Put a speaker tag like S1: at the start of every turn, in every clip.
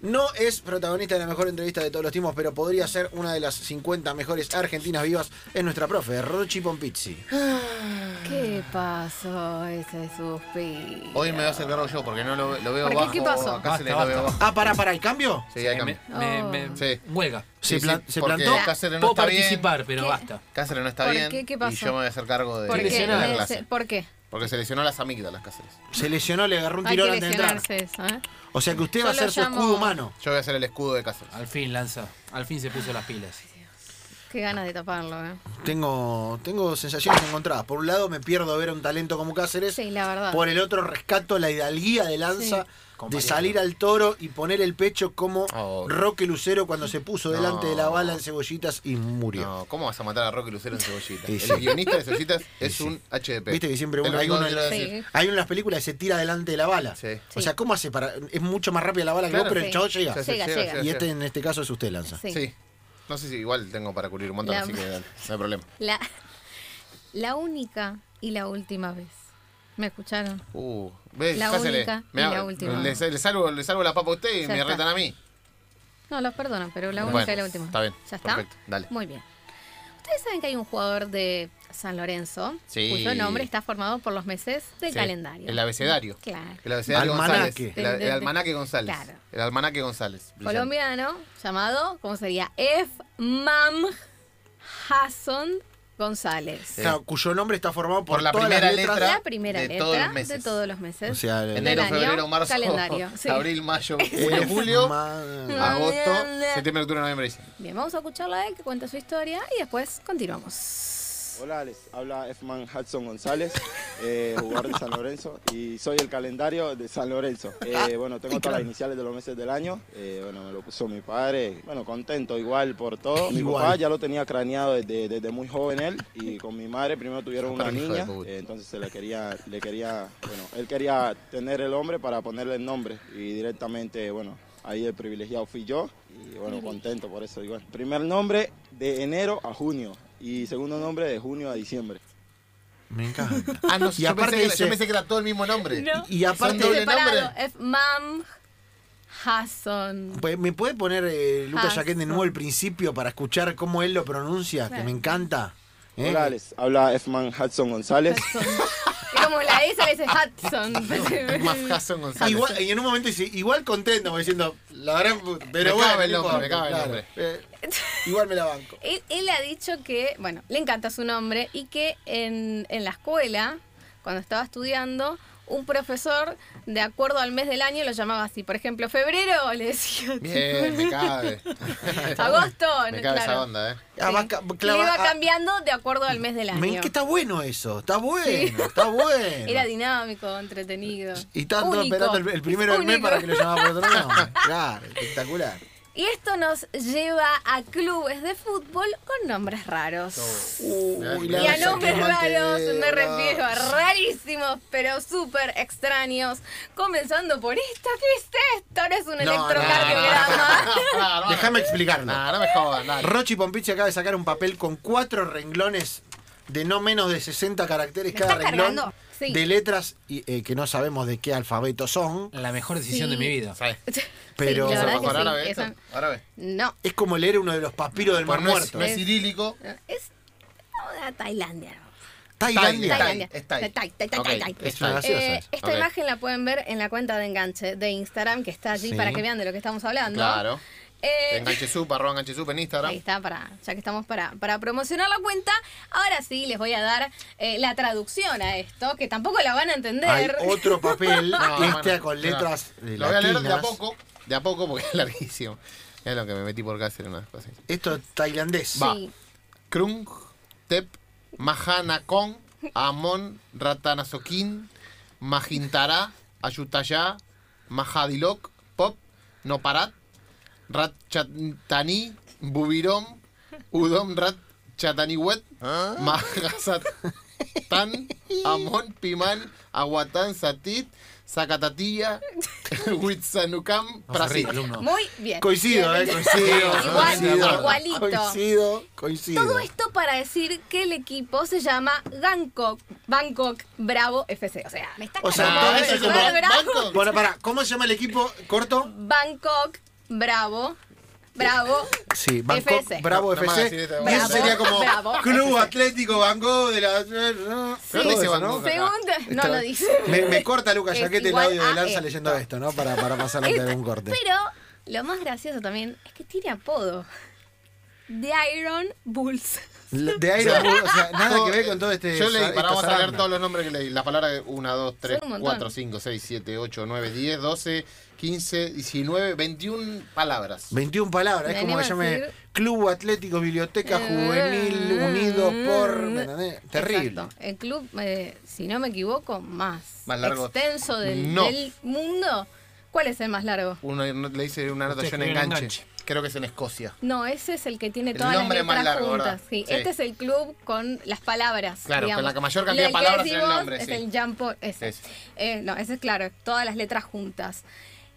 S1: No es protagonista de la mejor entrevista de todos los tiempos, pero podría ser una de las 50 mejores argentinas vivas. Es nuestra profe, Rochi Pompizzi.
S2: ¿Qué pasó ese suspiro?
S3: Hoy me voy a hacer cargo yo porque no lo, lo veo
S2: ¿Por qué?
S3: bajo.
S2: ¿Qué pasó?
S3: Acá se le
S4: Basta,
S3: lo veo
S4: basta.
S3: bajo.
S1: Ah, para, para, ¿el cambio?
S3: Sí, hay
S4: me,
S3: cambio.
S2: Oh.
S4: me, me-
S3: Sí.
S4: Huelga.
S1: Se
S3: Sí, sí,
S1: plan- se
S3: porque
S1: plantó.
S3: Cáceres no
S4: Puedo
S3: está bien.
S4: participar, pero
S2: ¿Qué?
S4: basta.
S3: Cáceres no está
S2: ¿Por
S3: bien.
S2: qué? ¿Qué
S3: Y
S2: pasó?
S3: yo me voy a hacer cargo de,
S2: ¿Por
S3: de
S2: qué?
S3: la
S2: Le-
S3: clase.
S2: ¿Por qué?
S3: Porque se lesionó las amígdalas, Cáceres.
S1: Se lesionó, le agarró un
S2: Hay que
S1: tirón antes de entrar.
S2: lesionarse eso, ¿eh?
S1: O sea que usted
S2: Yo
S1: va a
S2: lo
S1: ser su
S2: llamo-
S1: escudo humano.
S3: Yo voy a ser el escudo de
S1: Ah,
S3: Cáceres.
S4: Al fin, Lanza. Al fin se puso las pilas.
S2: Qué ganas de taparlo, ¿eh?
S1: Tengo, tengo sensaciones encontradas. Por un lado, me pierdo ver a un talento como Cáceres.
S2: Sí, la verdad.
S1: Por el otro, rescato la hidalguía de Lanza
S2: Sí.
S1: de
S4: Compañero.
S1: salir al toro y poner el pecho como
S3: Oh.
S1: Roque Lucero cuando se puso
S3: No.
S1: delante de la bala en cebollitas y murió.
S3: No, ¿cómo vas a matar a Rocky Lucero en Cebollitas?
S1: Sí, sí.
S3: El guionista de Cebollitas es
S1: sí.
S3: un HDP.
S1: Viste que siempre
S3: Es
S1: uno-
S3: lo
S1: hay
S3: único
S1: uno
S3: que
S1: en
S3: quiero
S2: la-
S3: decir.
S2: Sí.
S1: Hay una en las películas que se tira delante de la bala.
S3: Sí.
S1: O sea, ¿cómo hace para.? Es mucho más rápida la bala que
S3: Claro.
S1: vos, pero el
S2: Sí.
S1: chavo llega.
S3: Sí, sí,
S2: Llega,
S3: sí,
S2: llega.
S3: sí, sí.
S1: Y este, en este caso, es usted, Lanza.
S2: Sí.
S3: Sí. No sé si igual tengo para cubrir un montón,
S2: La-
S3: así que dale, no hay problema.
S2: La, la única y la última vez. ¿Me escucharon?
S3: Uh, ¿ves?
S2: La
S3: Cáceres,
S2: única
S3: me
S2: y
S3: hago-
S2: la última.
S3: Le, le salvo, le salvo la papa a usted y
S2: Ya
S3: me
S2: está.
S3: retan a mí.
S2: No, los perdonan, pero la única
S3: Bueno,
S2: y la última.
S3: está bien,
S2: ¿Ya está?
S3: perfecto, dale.
S2: Muy bien. Ustedes saben que hay un jugador de San Lorenzo
S3: Sí.
S2: cuyo nombre está formado por los meses del
S3: Sí.
S2: calendario. Mm,
S3: El abecedario.
S2: Claro.
S3: El abecedario
S1: Almanaque.
S3: González. El, a-
S2: Del- del-
S3: el almanaque González.
S2: Claro.
S3: El almanaque González. Brillante.
S2: Colombiano llamado, ¿cómo sería? F. Mam Hasson González.
S3: Sí.
S1: Claro, cuyo nombre está formado por,
S3: Por la
S1: todas
S3: primera
S1: las letras.
S3: letra
S2: La primera
S3: Eh, de
S2: letra
S3: todos los meses.
S2: de todos los meses.
S1: O sea, el-
S2: del
S3: Enero,
S2: año,
S3: febrero, marzo,
S2: calendario, sí.
S3: abril, mayo, junio,
S1: F-
S3: julio, Ah.
S1: ma-
S3: agosto, septiembre, octubre, noviembre. diciembre.
S2: Bien, vamos a escucharla a él que cuenta su historia y después continuamos.
S5: Hola, les habla Efman Hudson González, eh, jugador de San Lorenzo y soy el calendario de San Lorenzo. Eh, bueno, tengo todas las iniciales de los meses del año. eh, bueno, me lo puso mi padre. Bueno, contento igual por todo. Mi
S1: Igual.
S5: papá ya lo tenía craneado desde, desde muy joven él y con mi madre primero tuvieron
S3: Pero
S5: una
S3: hijo de
S5: niña,
S3: puta.
S5: eh, entonces se le quería, le quería, bueno, él quería tener el hombre para ponerle el nombre y directamente, bueno. Ahí el privilegiado fui yo y bueno, contento por eso igual. Primer nombre de enero a junio y segundo nombre de junio a diciembre.
S1: Me encanta.
S3: Ah, no,
S1: Y
S3: yo,
S1: aparte
S3: pensé que, era-
S1: dice-
S3: yo pensé que era todo el mismo nombre.
S2: No.
S1: Y aparte-
S3: Son
S1: Doble
S2: Separado, F. Mam Hasson.
S1: Pues, ¿Me puede poner eh, Lucas
S2: Ah,
S1: Jaquet de nuevo el principio para escuchar cómo él lo pronuncia? Que
S2: Claro.
S1: me encanta. ¿Eh?
S5: Hola, les habla Efman Hudson González.
S2: Hudson. Y como la S le dice Hudson.
S3: Más Jason
S1: Ah,
S3: González.
S1: igual, y en un momento dice, igual contento, como diciendo, la gran puta, pero
S3: Me
S1: bueno.
S3: cabe el
S1: no
S3: nombre,
S1: importa,
S3: me cabe el
S1: claro.
S3: nombre.
S1: Eh, igual me la banco.
S2: Él, él ha dicho que, bueno, le encanta su nombre y que en, en la escuela, cuando estaba estudiando, un profesor, de acuerdo al mes del año, lo llamaba así. Por ejemplo, febrero le decía.
S3: Bien, me cabe.
S2: Agosto,
S3: me
S2: no,
S3: cabe esa
S2: claro.
S3: onda, ¿eh?
S1: Ah,
S2: Sí.
S1: va ca-
S2: Y
S1: clava-
S2: iba
S1: ah,
S2: cambiando de acuerdo al mes del año.
S1: me- que está bueno eso, está bueno, está bueno.
S2: Era dinámico, entretenido.
S1: y tanto
S2: único.
S1: esperando el, el primero
S2: Es
S1: del mes
S2: único.
S1: para que lo llamaba por otro nombre. Claro, espectacular.
S2: Y esto nos lleva a clubes de fútbol con nombres raros.
S1: Uy,
S2: Uh, Y
S3: la
S2: a
S3: verdad
S2: nombres
S1: qué mal te
S2: raros
S1: veo,
S2: me
S1: no.
S2: refiero a rarísimos, pero súper extraños. Comenzando por esta, ¿qué es esto? No es un
S1: no,
S2: electrocardiograma.
S1: Déjame explicarlo.
S3: Ah, No, no me jodas, dale.
S1: Rochi Pompici acaba de sacar un papel con cuatro renglones de no menos de 60 caracteres
S2: ¿Me
S1: cada
S2: está
S1: renglón
S2: cargando? Sí.
S1: de letras y, eh, que no sabemos de qué alfabeto son,
S4: La mejor decisión de mi vida.
S3: ¿Sabes?
S1: pero
S2: la verdad
S3: ¿Eso
S2: que
S3: por
S2: sí,
S3: árabe?
S2: esa-
S3: esto? ¿Árabe?
S2: No,
S1: es como leer uno de los papiros del
S3: Pues
S1: Mar
S3: no es,
S1: Muerto.
S3: no es cirílico.
S2: es no, de Tailandia.
S1: Tailandia.
S2: Tailandia.
S3: Es Thai.
S2: Es Thai, Thai, Thai,
S3: Ok,
S2: Thai, Thai.
S1: Es una
S3: Thai.
S1: graciosa
S2: Eh,
S1: esa.
S2: esta
S3: Ok.
S2: imagen la pueden ver en la cuenta de enganche de Instagram que está allí
S1: Sí.
S2: para que vean de lo que estamos hablando.
S3: Claro.
S2: Eh,
S3: Enganche sup, arroba enganche sup en
S2: Ahí
S3: Instagram.
S2: está, para, ya que estamos para, para promocionar la cuenta. Ahora sí, les voy a dar eh, la traducción a esto, que tampoco la van a
S1: Hay
S2: entender.
S1: otro papel,
S3: No,
S1: este
S3: bueno,
S1: con
S3: mira,
S1: letras eh,
S3: Lo voy a leer de a
S1: latinas.
S3: poco. De a poco porque es larguísimo. Es lo que me metí por cáncer una cosa. así.
S1: Esto es tailandés.
S3: Va.
S2: Sí.
S3: Krung, Tep, Mahanakon, Amon, Ratanasokin, Majintara, Ayutaya, Mahadilok, Pop, Noparat, Ratchatani, Bubirom, Udom Ratchataniwet, Mahasatan, Amon, Piman, Aguatán, Satit, Zacatatilla, Huitzanucam,
S4: No se ríe,
S3: Brasil.
S4: alumno.
S2: Muy bien.
S1: Coincido, eh, coincido.
S2: Igual,
S1: coincido,
S2: igualito.
S1: Coincido, coincido.
S2: Todo esto para decir que el equipo se llama Bangkok, Bangkok Bravo FC. O sea, me está
S1: O sea,
S2: cargando
S1: todo
S2: el
S1: eso
S2: lugar
S1: como-
S2: bravo.
S1: Bueno, pará, ¿cómo se llama el equipo corto?
S2: Bangkok Bravo. Bravo.
S1: Sí, Bangkok,
S2: FC.
S1: Bravo
S3: No, no me hagas
S1: FC.
S3: decir esta
S1: y
S3: voz.
S1: eso sería como
S2: Bravo,
S1: Club
S2: FC.
S1: Atlético Bangkok de la. Pero
S3: ¿Pero dónde se
S1: eso,
S3: van
S1: ¿no?
S2: Segunda. No lo dice.
S1: Me, me corta Lucas
S2: Es
S1: Jaquete el
S2: igual
S1: audio de
S2: a
S1: Lanza
S2: esto.
S1: leyendo esto, ¿no? Para, para pasarle a algún corte.
S2: Pero lo más gracioso también es que tiene apodo. The Iron Bulls.
S1: De aire, o sea, nada que ver con todo este.
S3: Yo leí,
S1: esta
S3: para vamos a leer
S1: zaranda.
S3: todos los nombres que leí. Las palabras 1, 2, 3,
S2: Son un montón.
S3: 4, 5, 6, 7, 8, 9, 10, 12, 15, 19, 21 palabras.
S1: 21 palabras,
S2: Me
S1: es como que
S2: animo a
S1: llame
S2: decir- Eh,
S1: Club Atlético Biblioteca Juvenil
S2: Mm,
S1: Unidos
S2: mm,
S1: por.
S2: mm.
S1: ¿me entendés? Terrible.
S2: Exacto. El club, eh, si no me equivoco, más,
S3: Más largo.
S2: extenso del,
S3: No.
S2: del mundo. ¿Cuál es el más largo?
S3: Uno no- le dice una nota,
S4: Usted
S3: yo en
S4: escribió en
S3: enganche.
S4: enganche.
S3: Creo que es en Escocia.
S2: No, ese es el que tiene
S3: El
S2: todas las
S3: nombre
S2: letras
S3: más largo,
S2: juntas.
S3: ¿verdad?
S2: Sí,
S3: Sí.
S2: Este es el club con las palabras.
S3: Claro, con
S2: digamos.
S3: la mayor cantidad
S2: Y
S3: de
S2: el que
S3: palabras en el
S2: decimos
S3: nombre,
S2: Es
S3: sí.
S2: el jump ese.
S3: Ese.
S2: Eh, no, ese es claro, todas las letras juntas.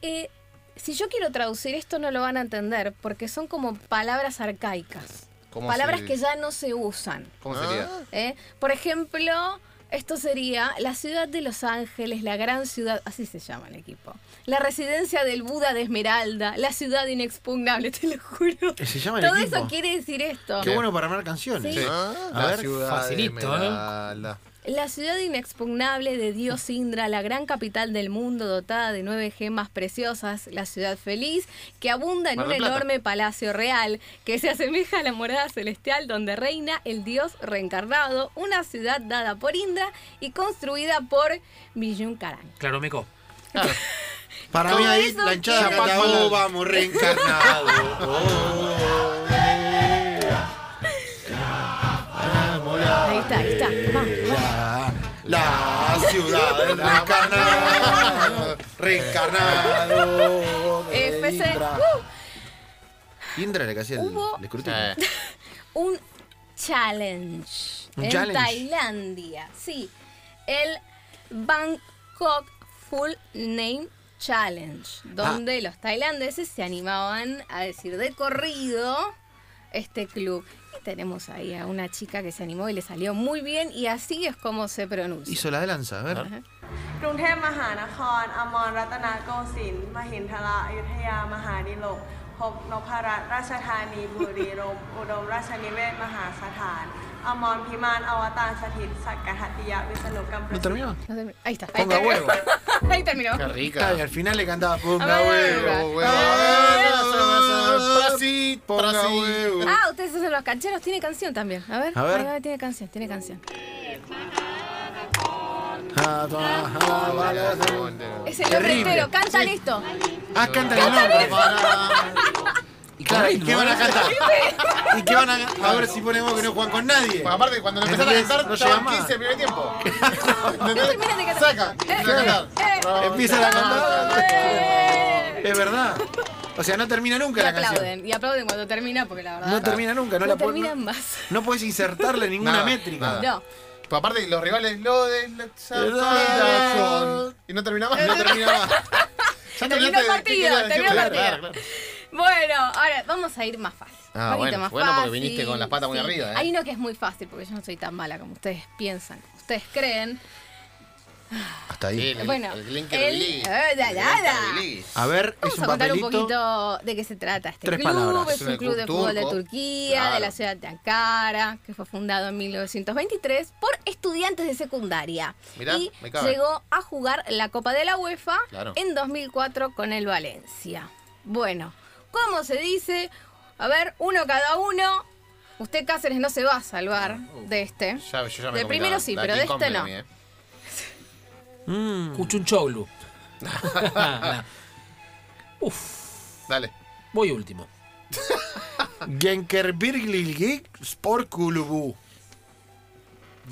S2: Eh, si yo quiero traducir esto no lo van a entender porque son como palabras arcaicas.
S3: ¿Cómo
S2: Palabras
S3: se-
S2: que ya no se usan.
S3: ¿Cómo
S4: Ah.
S3: sería?
S2: ¿eh? Por ejemplo, esto sería la ciudad de Los Ángeles, la gran ciudad, así se llama el equipo. La residencia del Buda de Esmeralda, la ciudad inexpugnable, te lo juro.
S1: Se llama el
S2: Todo
S1: equipo.
S2: eso quiere decir esto.
S1: Qué bueno para armar canciones.
S2: Sí.
S3: Ah,
S1: A ver,
S4: facilito, ¿eh?
S3: Esmeralda.
S2: La ciudad inexpugnable de Dios Indra, la gran capital del mundo dotada de nueve gemas preciosas, la ciudad feliz, que abunda en
S3: Mar
S2: un
S3: del Plata.
S2: enorme palacio real, que se asemeja a la morada celestial donde reina el dios reencarnado, una ciudad dada por Indra y construida por Vijun Karan.
S4: Claro, Meco.
S3: Claro.
S1: Para
S2: Todo
S1: mí ahí
S2: eso
S1: la hinchada
S2: quiere-
S1: canta, "Oh, vamos, reencarnado. oh, eh,
S2: Ahí está, ahí está. Vamos, vamos.
S1: la- La ciudad del reencarnado. Reencarnado. de
S2: FC.
S1: Indra. Indra le que hacía el,
S2: Hubo-
S1: el escrutinio.
S3: Eh,
S2: un challenge
S1: ¿Un
S2: en
S1: challenge?
S2: Tailandia. Sí, el Bangkok Full Name Challenge,
S1: Ah.
S2: donde los tailandeses se animaban a decir de corrido este club. Y tenemos ahí a una chica que se animó y le salió muy bien y así es como se pronuncia.
S1: Hizo la de lanza, a ver.
S6: กรุงเทพมหานคร อมรรัตนโกสินทร์มหินทราอยุธยา มหาดิลกพบนพรัตน์ราชธานี บุรีรมย์ อุดมราชนิเวศน์มหาสถาน อมรพิมานอวตารสถิต สักกหัตติยะ วิษณุกรรมประ
S1: ¿No terminó?
S2: No sé, Ahí está. Ahí
S1: Ponga
S2: terminó.
S1: huevo.
S2: Ahí terminó.
S3: Qué
S1: Está
S3: rica.
S1: bien, al final le cantaba
S2: Ah,
S1: Ponga
S2: bueno.
S1: huevo, huevo.
S3: Brasil,
S1: Ponga
S3: Brasil.
S1: huevo.
S2: Ah, ustedes hacen los cancheros. Tiene canción también. A ver.
S1: A ver.
S2: Ahí va, tiene canción, tiene canción.
S1: Ah, toma, ah, vale, vale.
S2: Es el hombre
S1: Terrible.
S2: entero. Canta listo.
S1: Ah, cantan el nombre. Y claro, ¿y qué van a cantar? ¿Y qué van a A ver si ponemos que no juegan con nadie.
S3: Bueno, aparte, cuando lo empezaron a
S1: Entendés,
S3: cantar,
S1: no
S3: no
S1: llega
S3: llevan
S1: más.
S3: 15 el primer tiempo.
S2: No terminan de cantar.
S3: Saca, empieza
S2: Eh,
S3: a
S2: eh,
S3: cantar. Bravo.
S1: Empiezan a cantar.
S2: eh.
S1: Es verdad. O sea, no termina nunca
S2: Y
S1: la canción.
S2: aplauden, y aplauden cuando termina, porque la verdad.
S1: No termina nunca, no
S2: no
S1: la po-
S2: terminan
S1: no-
S2: más.
S1: No puedes insertarle ninguna
S3: Nada,
S1: métrica.
S3: nada.
S2: No.
S3: Pero aparte, los rivales lo de la
S1: Verdad.
S3: Y no termina más. No termina más. Ya
S2: Eh. Terminó
S3: terminaste,
S2: el partido,
S3: ¿qué queda?
S2: terminó el
S3: Claro,
S2: partido.
S3: claro, claro.
S2: Bueno, ahora vamos a ir más fácil.
S3: Ah,
S2: Un poquito
S3: bueno,
S2: más
S3: bueno, porque
S2: fácil,
S3: viniste con las patas muy arriba, ¿eh?
S2: Hay uno que es muy fácil, porque yo no soy tan mala como ustedes piensan, como ustedes creen.
S1: Hasta
S3: Sí,
S1: ahí.
S3: el-
S2: Bueno,
S3: el Glinker
S2: el-
S3: Billy.
S2: Ah, da,
S3: El
S2: da,
S3: Glinker
S2: da.
S3: Billy.
S1: A ver,
S2: Vamos
S1: es un
S2: a contar un
S1: papelito.
S2: poquito de qué se trata este
S1: Tres
S2: club.
S1: palabras.
S2: Es un club de
S3: Turco.
S2: fútbol de Turquía, de la
S3: Claro.
S2: ciudad de Ankara, que fue fundado en 1923 por estudiantes de secundaria.
S3: Mirá,
S2: y
S3: me cabe.
S2: llegó a jugar la Copa de la UEFA
S3: Claro.
S2: en 2004 con el Valencia. Bueno, ¿cómo se dice? A ver, uno cada uno. Usted Cáceres no se va a salvar
S3: Oh.
S2: de este.
S3: Ya- yo ya me
S2: de
S3: comí
S2: primero
S3: la-
S2: sí,
S3: la
S2: pero de
S3: King Kong
S2: este
S3: me
S2: no.
S3: comí, ¿eh?
S4: Cuchunchoglu. Nah. Uf,
S3: Dale.
S4: voy último.
S1: Genkerbirgligig Sportkulubu.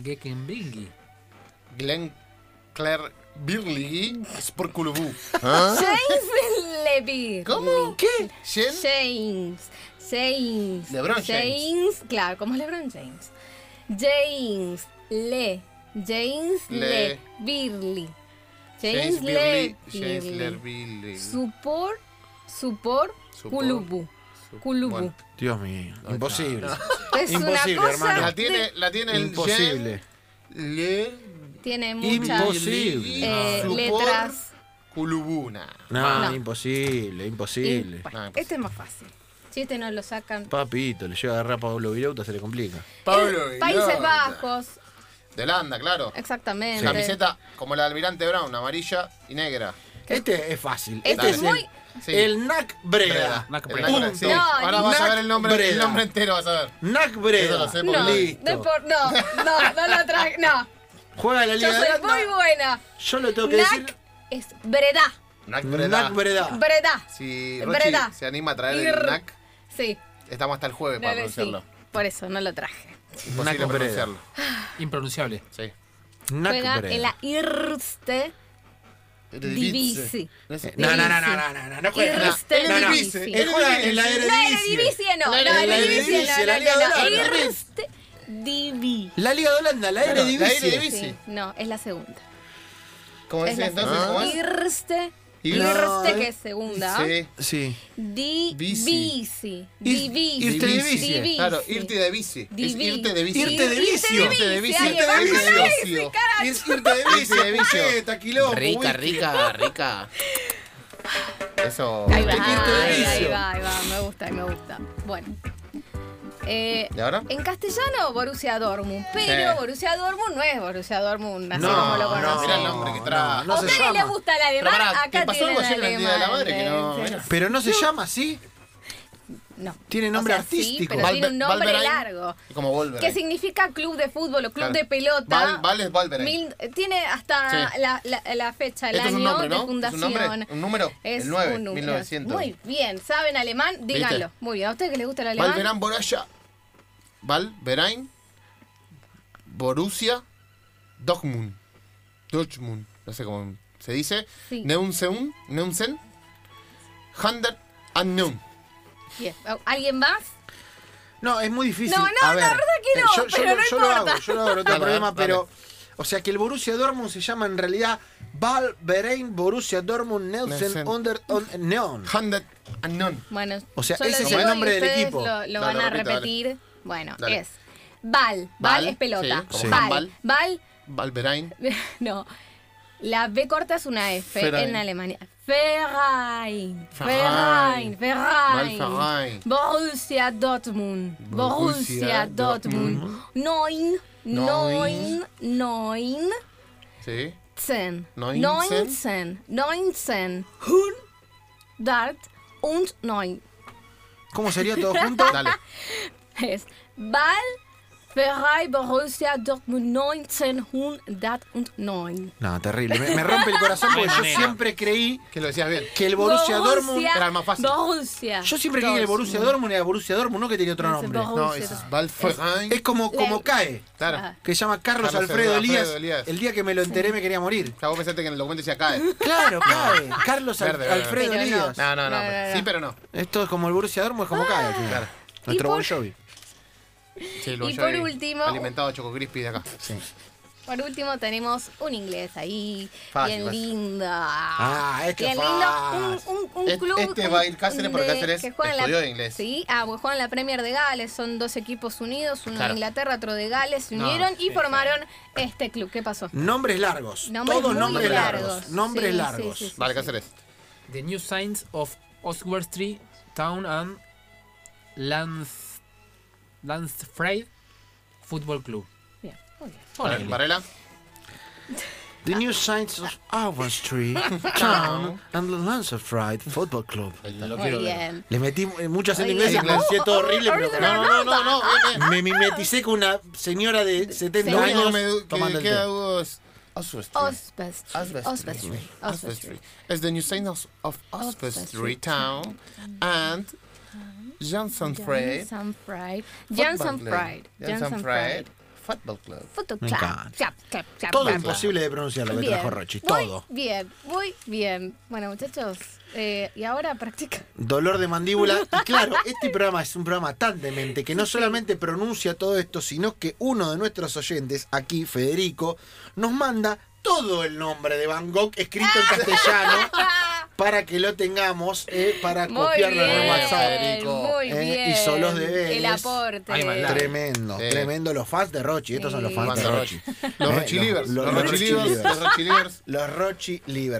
S4: Gekenbringi.
S3: Glenn Claire Birley Sporkulubu.
S1: ¿Ah?
S2: James Levy.
S3: ¿Ah? ¿Cómo? ¿Qué? ¿Jen?
S2: James. James.
S3: LeBron James.
S2: Claro, como LeBron James. James. Le. James Le.
S3: Le.
S2: Birley.
S3: James Birley. James
S2: Birley.
S3: Claire Birley.
S2: Supor. Supor.
S3: Supor.
S2: Kulubu.
S3: Su-
S2: Kulubu.
S3: Bueno.
S1: Dios mío, imposible.
S2: Es
S1: Imposible,
S2: una cosa.
S1: hermano.
S3: La tiene, la tiene el
S1: Imposible.
S3: Jen. Le.
S2: Tiene muchas
S1: Imposible.
S2: eh,
S3: Supor
S2: letras.
S3: Culubuna.
S1: No,
S2: No.
S1: imposible, imposible.
S2: Y, bueno,
S3: No, imposible.
S2: este es más fácil. Si este no lo sacan.
S1: Papito, le llega a agarrar a Pablo Virauta, se le complica.
S3: Pablo
S2: Eh, Países
S3: Vilotta.
S2: Bajos,
S3: De Holanda, claro.
S2: exactamente.
S3: Camiseta como la de Almirante Brown, amarilla y negra.
S1: Este es fácil.
S2: Este
S1: Este
S2: es
S1: es
S2: muy-
S1: el,
S3: Sí.
S1: el Nac Breda.
S3: Breda.
S4: Mac
S3: El
S4: Breda.
S3: Mac Breda,
S1: Punto.
S3: sí.
S2: No,
S3: Ahora vas a
S1: Nac
S3: ver el nombre, el
S1: Breda.
S3: nombre entero, vas a ver.
S1: Nac
S3: Eso
S1: Breda.
S3: lo sé porque
S2: No,
S1: Listo.
S2: de por- no, no, no lo traje. No,
S1: Juega en la Liga
S2: yo
S1: de
S2: soy
S1: Holanda.
S2: muy buena.
S1: Yo lo tengo que
S2: NAC es Breda.
S3: Nac
S1: decir.
S3: Breda.
S1: Nac Breda.
S2: Breda.
S3: Si
S2: Eh,
S3: Rochi
S2: Breda.
S3: se anima a traer
S2: Irr.
S3: el NAC,
S2: Sí,
S3: estamos hasta el jueves
S2: no
S3: para
S2: le- sí.
S3: pronunciarlo.
S2: Por eso no lo traje.
S3: Imposible
S1: Nac Breda.
S3: pronunciarlo.
S4: Impronunciable.
S3: Sí.
S2: Juega
S1: Nac
S2: en
S1: Breda.
S2: la Irste Divisi.
S1: Eh, No, no, no, no, no, no, no, no juega en la-
S2: Eredivisie.
S1: no, no.
S2: Eredivisie.
S1: Él juega en la
S2: No,
S1: Eredivisie.
S2: Eredivisie no. No,
S1: La Eredivisie,
S2: Eredivisie no,
S1: la Liga
S2: no, no.
S1: de Holanda.
S2: Irste Divi.
S1: La Liga de Holanda, la
S3: Claro, la
S1: Eredivisie.
S3: Eredivisie.
S2: Sí, no, es la segunda.
S3: ¿Cómo
S2: Es
S3: dice
S2: la
S3: entonces? ¿Cómo
S2: segunda.
S3: es?
S2: Irste.
S3: Ir-
S2: Irste, que es segunda.
S3: Sí.
S1: Sí.
S2: Divisi.
S1: Ir-
S2: Divisi.
S1: irte de bici.
S2: Divisi.
S3: Claro, irte de bici. Es
S2: Divi-
S3: irte de bici.
S1: Irte de vicio.
S2: Irte de vicio.
S1: Irte de
S2: Ahí va,
S1: vicio.
S2: con la bici, cara.
S1: Es irte de vicio,
S3: Irte de Eh, vicio.
S1: pucheta, quilombo,
S7: Rica,
S1: whisky.
S7: rica, rica.
S3: Eso.
S2: Ahí va,
S1: Irte de
S2: ahí va, ahí
S1: vicio.
S2: va, ahí va. Me gusta, me gusta. Bueno. Eh,
S3: ¿Y ahora?
S2: En castellano, Borussia Dortmund. Pero
S3: Sí.
S2: Borussia Dortmund no es Borussia Dortmund, así
S1: No,
S2: como lo
S1: no,
S2: conocen.
S3: Mirá el nombre que trae.
S1: no
S2: ¿A
S1: se
S2: ustedes
S1: llama.
S2: les gusta el alemán?
S3: Pero pará, ¿te
S2: Acá
S3: pasó algo
S2: tienen
S3: ayer en el Día de la
S2: alemán,
S3: Madre que no-
S2: sí.
S3: bueno.
S1: Pero no se llama así.
S2: No.
S1: Tiene nombre
S2: O sea, sí,
S1: artístico.
S2: pero tiene un nombre
S3: Valverheim,
S2: largo.
S3: Como
S2: Que
S3: Wolverine.
S2: significa club de fútbol o club
S3: Claro.
S2: de pelota.
S3: Val- Val es Valverheim.
S2: Mil- eh, tiene hasta
S3: Sí.
S2: la, la- la fecha, el
S3: Este
S2: año
S3: es un nombre,
S2: de
S3: ¿no? ¿Es un
S2: fundación.
S3: nombre? ¿Un número?
S2: Es
S3: El nueve,
S2: un número.
S3: 1900.
S2: Muy bien, ¿saben alemán? Díganlo.
S3: ¿Viste?
S2: Muy bien, ¿a ustedes que les gusta el alemán?
S3: Valverán Borussia. Valverán Borussia Dortmund. Dortmund. No sé cómo se dice.
S2: Sí.
S3: Neunsen. Neunsen. Hundert Unknown.
S2: Bien. ¿Alguien más?
S1: No, es muy difícil.
S2: No, no,
S1: A ver,
S2: la verdad que
S1: eh,
S2: no,
S1: yo, yo
S2: pero
S1: lo-
S2: no
S1: yo lo
S2: importa.
S1: hago, yo lo hago, no tengo
S3: Dale,
S1: problema,
S3: dale.
S1: pero. O sea que el Borussia Dortmund se llama en realidad Valverein Borussia Dortmund Nelson
S3: Nelson.
S1: Under on, Neon.
S3: Hundert Unknown.
S2: Bueno,
S1: O sea,
S2: yo lo
S1: ese es
S2: digo
S1: el nombre
S2: y
S1: del
S2: ustedes
S1: equipo.
S2: Lo, lo
S3: Dale,
S2: van a
S3: repite, dale.
S2: repetir. Bueno,
S3: Dale.
S2: es Val. Val
S3: Bal,
S2: es pelota.
S3: sí, como
S2: Val.
S3: handball.
S2: Val.
S3: Valverán.
S2: No. La B corta es una F
S3: Verein.
S2: en Alemania. Verein. Verein.
S3: Verein.
S2: Verein.
S3: Verein.
S2: Borussia Dortmund. Borussia
S3: Borussia
S2: Dortmund. Neun. Neun.
S3: Neun.
S2: Neun.
S3: Sí.
S2: Zehn.
S3: Neunzehn.
S2: Neunzehn. Neunzehn. Hundert und neun.
S1: ¿Cómo sería todo junto?
S3: Dale.
S2: Es Ball Verein Borussia Dortmund 1909.
S1: No, terrible. Me, me rompe el corazón porque yo siempre creí
S3: Que lo decías bien.
S1: que el Borussia Dortmund.
S3: era el más fácil.
S2: Borussia.
S1: Yo siempre creí que el Borussia Dortmund era Borussia Dortmund, no que tenía otro
S2: Dortmund.
S1: nombre.
S3: No,
S2: Borussia.
S3: eso es Valverán.
S1: Es como, como cae.
S3: Claro.
S1: Que se llama Carlos,
S3: Carlos
S1: Alfredo,
S3: Alfredo
S1: Elías.
S3: Elías.
S1: El día que me lo enteré me quería morir.
S3: O sea, vos pensaste que en el documento decía cae.
S1: Claro, cae. Carlos Al-
S3: Verde, verde.
S1: Alfredo
S2: Pero no.
S1: Elías.
S3: No, no, no.
S2: No, no, no.
S3: Sí, pero no.
S1: Esto es como el Borussia Dortmund, es como cae. al final.
S3: Claro.
S1: Nuestro
S2: Y por-
S1: Bon Jovi.
S3: Sí, lo
S2: Y
S3: yo
S2: por
S3: ahí,
S2: último-
S3: Alimentado de Choco Crispy de acá.
S2: Por último tenemos un inglés ahí,
S3: Fácil,
S2: bien
S3: fácil.
S2: lindo.
S1: Ah, este
S2: bien
S1: es
S2: lindo.
S1: fácil.
S2: Un, un- un
S3: Este-
S2: club
S3: este
S2: un-
S3: va a ir Cáceres porque
S2: de-
S3: Cáceres
S2: que juega en la-
S3: estudió inglés.
S2: Sí, ah, pues juegan la Premier de Gales, son dos equipos unidos, uno
S3: Claro.
S2: de Inglaterra, otro de Gales, se
S3: No,
S2: unieron y
S3: sí,
S2: formaron este club. ¿Qué pasó?
S1: Nombres largos.
S2: Nombres
S1: Todos
S2: muy
S1: nombres largos.
S2: largos.
S1: Nombres
S2: Sí,
S1: largos.
S2: sí, sí, sí.
S3: Vale, Cáceres.
S4: The New Signs of Oswestry Town and Lance, Lancefrey Football Club.
S2: Bien, muy bien.
S4: Ponele.
S3: Varela.
S1: The new signs of Auburn Street, Town, and the Lancer Fried Football Club.
S4: Lo
S2: Muy
S4: quiero ver.
S2: bien.
S1: Le metí eh, mucho acento
S2: Ay,
S1: inglés y
S2: Dios.
S1: me pareció todo horrible, pero
S2: oh, oh,
S1: no,
S3: No, no, no, bien, bien.
S1: me mimeticé con una señora de 70
S3: Lo único
S1: años
S3: que me du-
S1: tomando
S3: que
S1: el
S3: queda
S1: té.
S3: duda es Oswestry.
S2: Osbestry.
S3: Oswestry.
S2: Osbestry.
S3: Oswestry. Es the new sign of of Oswestry
S2: Oswestry
S3: Town and Johnson Frey.
S2: Johnson Fried. Johnson Fried.
S3: Johnson Fried. Football Club.
S2: Foto
S1: Me
S2: clap.
S1: encanta.
S2: Clap, clap, clap.
S1: Todo
S2: clap.
S1: imposible de pronunciar lo que
S2: Bien.
S1: trajo Rochi,
S2: Muy
S1: todo.
S2: bien, muy bien. Bueno, muchachos, eh, y ahora practica.
S1: Dolor de mandíbula. Y claro, este programa es un programa tan demente que no solamente pronuncia todo esto, sino que uno de nuestros oyentes, aquí Federico, nos manda todo el nombre de Van Gogh escrito
S2: Ah.
S1: en castellano para que lo tengamos, eh, para
S2: Muy
S1: copiarlo en el
S2: bien,
S1: WhatsApp.
S2: muy
S1: Eh,
S2: bien.
S1: hizo los deberes.
S2: El aporte.
S4: Ahí va, la-
S1: Tremendo,
S3: Sí.
S1: tremendo los fans de Rochi. Estos son los fans
S3: Juan
S1: de
S3: de
S1: Rochi.
S3: Rochi. Los
S1: Eh,
S3: Rochilivers.
S1: los- los
S3: Los
S1: Rochi
S3: Rochilivers.
S1: Livers.
S3: Los Rochilivers.
S1: Los Rochi Livers.